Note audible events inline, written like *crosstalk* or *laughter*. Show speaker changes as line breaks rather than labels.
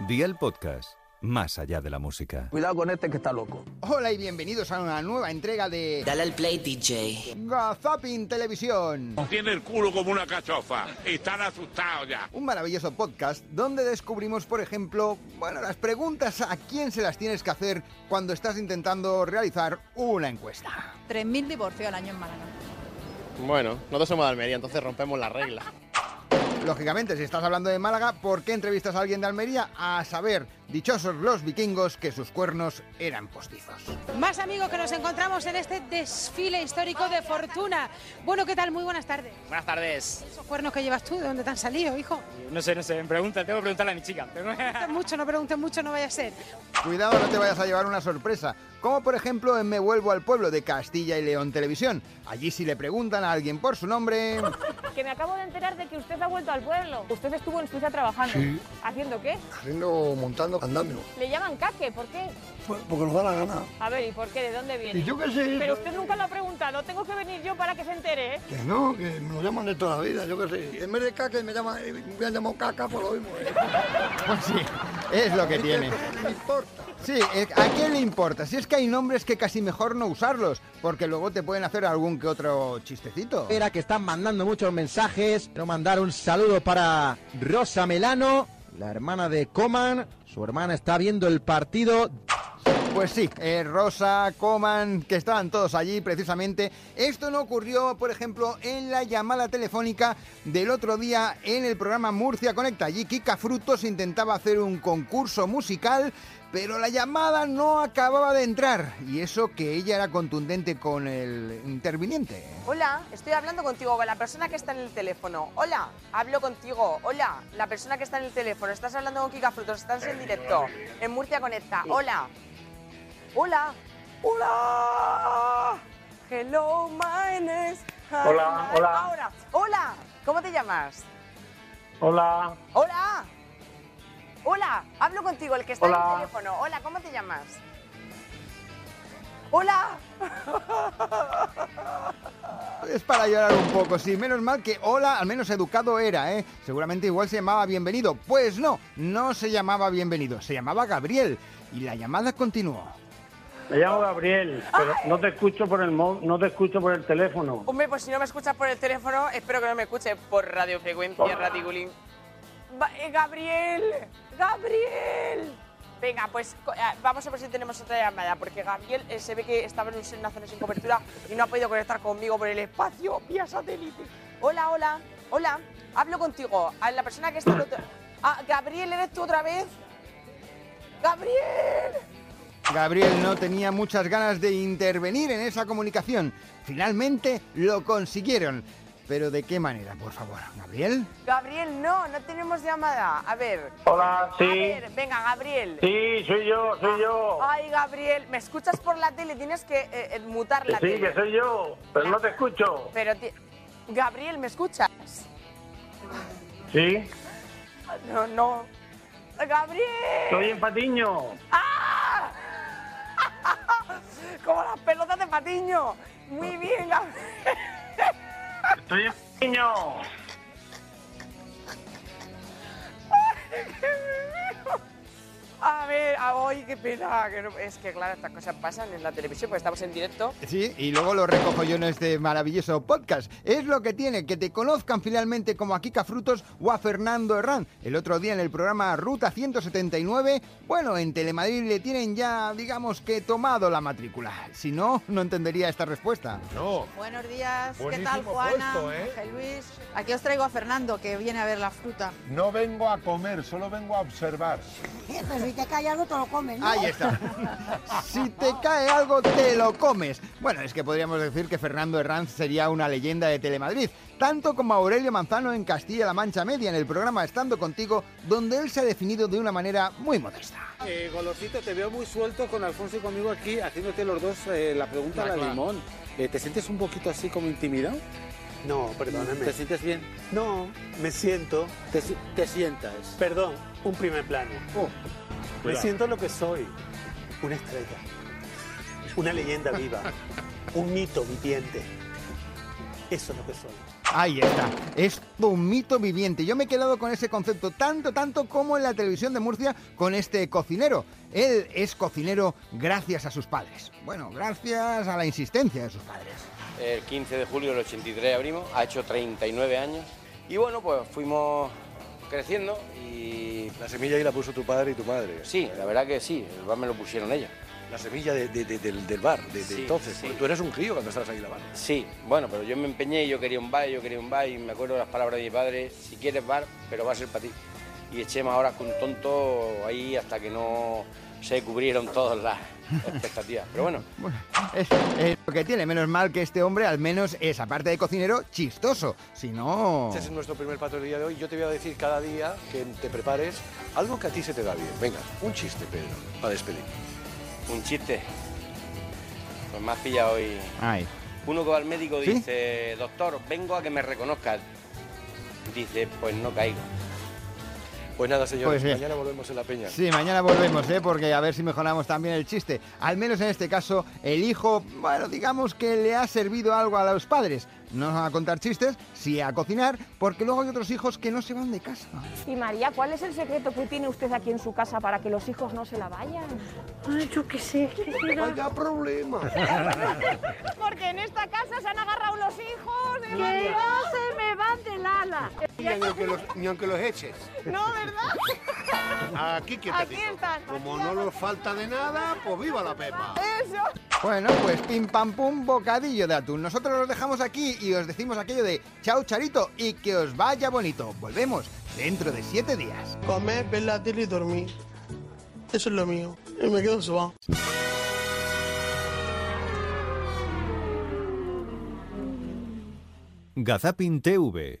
Dial Podcast, más allá de la música.
Cuidado con este que está loco.
Hola y bienvenidos a una nueva entrega de
Dale al play, DJ.
Gazapin Televisión.
Tiene el culo como una cachofa. Están asustados ya.
Un maravilloso podcast donde descubrimos, por ejemplo, bueno, las preguntas a quién se las tienes que hacer cuando estás intentando realizar una encuesta.
3.000 divorcios al año en Málaga.
Bueno, nosotros somos de Almería, entonces rompemos la regla.
Lógicamente, si estás hablando de Málaga, ¿por qué entrevistas a alguien de Almería? A saber, dichosos los vikingos que sus cuernos eran postizos.
Más amigos que nos encontramos en este desfile histórico de fortuna. Bueno, ¿qué tal? Muy buenas tardes.
Buenas tardes.
¿Esos cuernos que llevas tú? ¿De dónde te han salido, hijo?
No sé, no sé, me pregunta, tengo que preguntarle a mi chica.
No preguntes mucho, no preguntes mucho, no vaya a ser.
Cuidado, no te vayas a llevar una sorpresa. Como por ejemplo en Me Vuelvo al Pueblo de Castilla y León Televisión. Allí si le preguntan a alguien por su nombre...
Que me acabo de enterar de que usted ha vuelto al pueblo. Usted estuvo en Suiza trabajando.
Sí.
¿Haciendo qué?
Haciendo, montando, andando.
Le llaman caque, ¿por qué?
Pues, Porque nos da la gana.
A ver, ¿y por qué? ¿De dónde viene?
¿Y yo qué sé?
Pero usted nunca lo ha preguntado. Tengo que venir yo para que se entere, ¿eh?
Que no, que me lo llaman de toda la vida, yo qué sé. En vez de caca, me llaman, me han llamado caca por lo mismo. ¿eh?
Pues sí, es lo que tiene.
No me importa.
Sí, eh, ¿a quién le importa? Si es que hay nombres que casi mejor no usarlos, porque luego te pueden hacer algún que otro chistecito.
Era que están mandando muchos mensajes. Quiero mandar un saludo para Rosa Melano, la hermana de Coman. Su hermana está viendo el partido.
Pues sí, eh, Rosa, Coman, que estaban todos allí precisamente. Esto no ocurrió, por ejemplo, en la llamada telefónica del otro día en el programa Murcia Conecta. Allí Kika Frutos intentaba hacer un concurso musical, pero la llamada no acababa de entrar. Y eso que ella era contundente con el interviniente.
Hola, estoy hablando contigo, con la persona que está en el teléfono. Hola, hablo contigo. Hola, la persona que está en el teléfono. Estás hablando con Kika Frutos, estás en directo. En Murcia Conecta. Hola. Hola. Hola. Hello, my name is-
Hola, hola.
Ahora. Hola. ¿Cómo te llamas?
*laughs* Hola,
Hola. Hola. Hablo contigo, el que está en
Hola.
el teléfono. Hola, ¿cómo te llamas? Hola.
Es para llorar un poco, sí. Menos mal que hola, al menos educado era, ¿eh? Seguramente igual se llamaba bienvenido. Pues no, no se llamaba bienvenido, se llamaba Gabriel. Y la llamada continuó.
me llamo Gabriel, pero no te escucho por el mo- no te escucho por el teléfono.
Hombre, pues si no me escuchas por el teléfono, espero que no me escuches por radiofrecuencia, Ratigulín. Va- eh, Gabriel, Gabriel. Venga, pues co- eh, vamos a ver si tenemos otra llamada, porque Gabriel eh, se ve que estaba en un- en una zona sin cobertura y no ha podido conectar conmigo por el espacio vía satélite. Hola, hola, hola, hablo contigo, a la persona que está... al otro- Ah, Gabriel, ¿eres tú otra vez? Gabriel.
Gabriel no tenía muchas ganas de intervenir en esa comunicación. Finalmente lo consiguieron. Pero ¿de qué manera, por favor, Gabriel?
Gabriel, no, no tenemos llamada. A ver.
Hola,
A
sí.
ver, venga, Gabriel.
Sí, soy yo, soy yo.
Ay, Gabriel, me escuchas por la tele, tienes que eh, eh, mutar la
Sí,
tele.
que soy yo, pero no te escucho.
Pero, ti- Gabriel, ¿me escuchas?
Sí,
No, no. ¡Gabriel!
soy en Patiño.
Como las pelotas de Patiño. Muy bien, Gabriel.
Estoy en Patiño.
A ver, ah, ay, qué pena. que no- Es que, claro, estas cosas pasan en la televisión porque estamos en directo.
Sí, y luego lo recojo yo en este maravilloso podcast. Es lo que tiene, que te conozcan finalmente como a Kika Frutos o a Fernando Herrán. El otro día en el programa Ruta 179, bueno, en Telemadrid le tienen ya, digamos que, tomado la matrícula. Si no, no entendería esta respuesta.
No,
Buenos días, ¿qué
Buenísimo
tal Juana?
puesto, ¿eh?
Ángel Luis. Aquí os traigo a Fernando que viene a ver la fruta.
no vengo a comer, solo vengo a observar.
Pero si te cae algo, te lo comes, ¿no?
Ahí está. Si te cae algo, te lo comes. Bueno, es que podríamos decir que Fernando Herranz sería una leyenda de Telemadrid, tanto como Aurelio Manzano en Castilla-La Mancha Media, en el programa Estando Contigo, donde él se ha definido de una manera muy modesta.
Eh, Golosito, te veo muy suelto con Alfonso y conmigo aquí, haciéndote los dos eh, la pregunta a la
Claro.
limón. Eh, ¿Te sientes un poquito así como intimidado?
No, perdóname.
¿Te sientes bien?
No, me siento.
Te, si- te sientas.
Perdón, un primer plano. me
Cuidado.
siento lo que soy. Una estrella. Una leyenda viva. un mito viviente. Eso es lo que soy.
Ahí está. Es un mito viviente. Yo me he quedado con ese concepto tanto, tanto como en la televisión de Murcia con este cocinero. Él es cocinero gracias a sus padres. Bueno, gracias a la insistencia de sus padres.
El 15 de julio del 83 abrimos, ha hecho 39 años. Y bueno, pues fuimos creciendo y...
La semilla ahí la puso tu padre y tu madre.
Sí, la verdad que sí, el bar me lo pusieron ellos.
La semilla de- de- de- del, del bar, de, de
Sí,
entonces.
sí.
Tú eres un crío cuando estabas ahí en la barra.
Sí, bueno, pero yo me empeñé, yo quería un bar, yo quería un bar y me acuerdo las palabras de mi padre, si quieres bar, pero va a ser para ti. Y eché más horas con tonto ahí hasta que no se cubrieron todas las *laughs* expectativas. Pero bueno,
Es, es lo que tiene. Menos mal que este hombre al menos es, aparte de cocinero, chistoso. Si no...
Este es nuestro primer plato del día de hoy. Yo te voy a decir cada día que te prepares algo que a ti se te da bien. Venga, un chiste, Pedro, para despedir.
un chiste. Pues me has pillado hoy.
Ay.
Uno que va al médico
¿Sí?
dice, doctor, vengo a que me reconozcas. Dice, pues no caigo.
Pues nada, señores,
Pues bien.
mañana volvemos en la peña.
Sí, mañana volvemos, ¿eh? Porque a ver si mejoramos también el chiste. Al menos en este caso, el hijo, bueno, digamos que le ha servido algo a los padres. No a contar chistes, sí a cocinar, porque luego hay otros hijos que no se van de casa.
Y María, ¿cuál es el secreto que tiene usted aquí en su casa para que los hijos no se la vayan? Ay, yo qué sé.
*laughs* Vaya problema.
*laughs* Porque en esta casa se han agarrado los hijos de
Que
María.
no
se me van del ala.
Ni aunque, los, ni aunque los eches.
No, ¿verdad?
*laughs* Aquí
Aquí
quietecito.
están.
Como no nos falta de nada, pues viva la pepa.
Eso.
Bueno, pues pim pam pum, bocadillo de atún. Nosotros los dejamos aquí y os decimos aquello de chao charito y que os vaya bonito. Volvemos dentro de siete días.
Comer, ver la tele y dormir. Eso es lo mío. Y me quedo suave.
Gazapin TV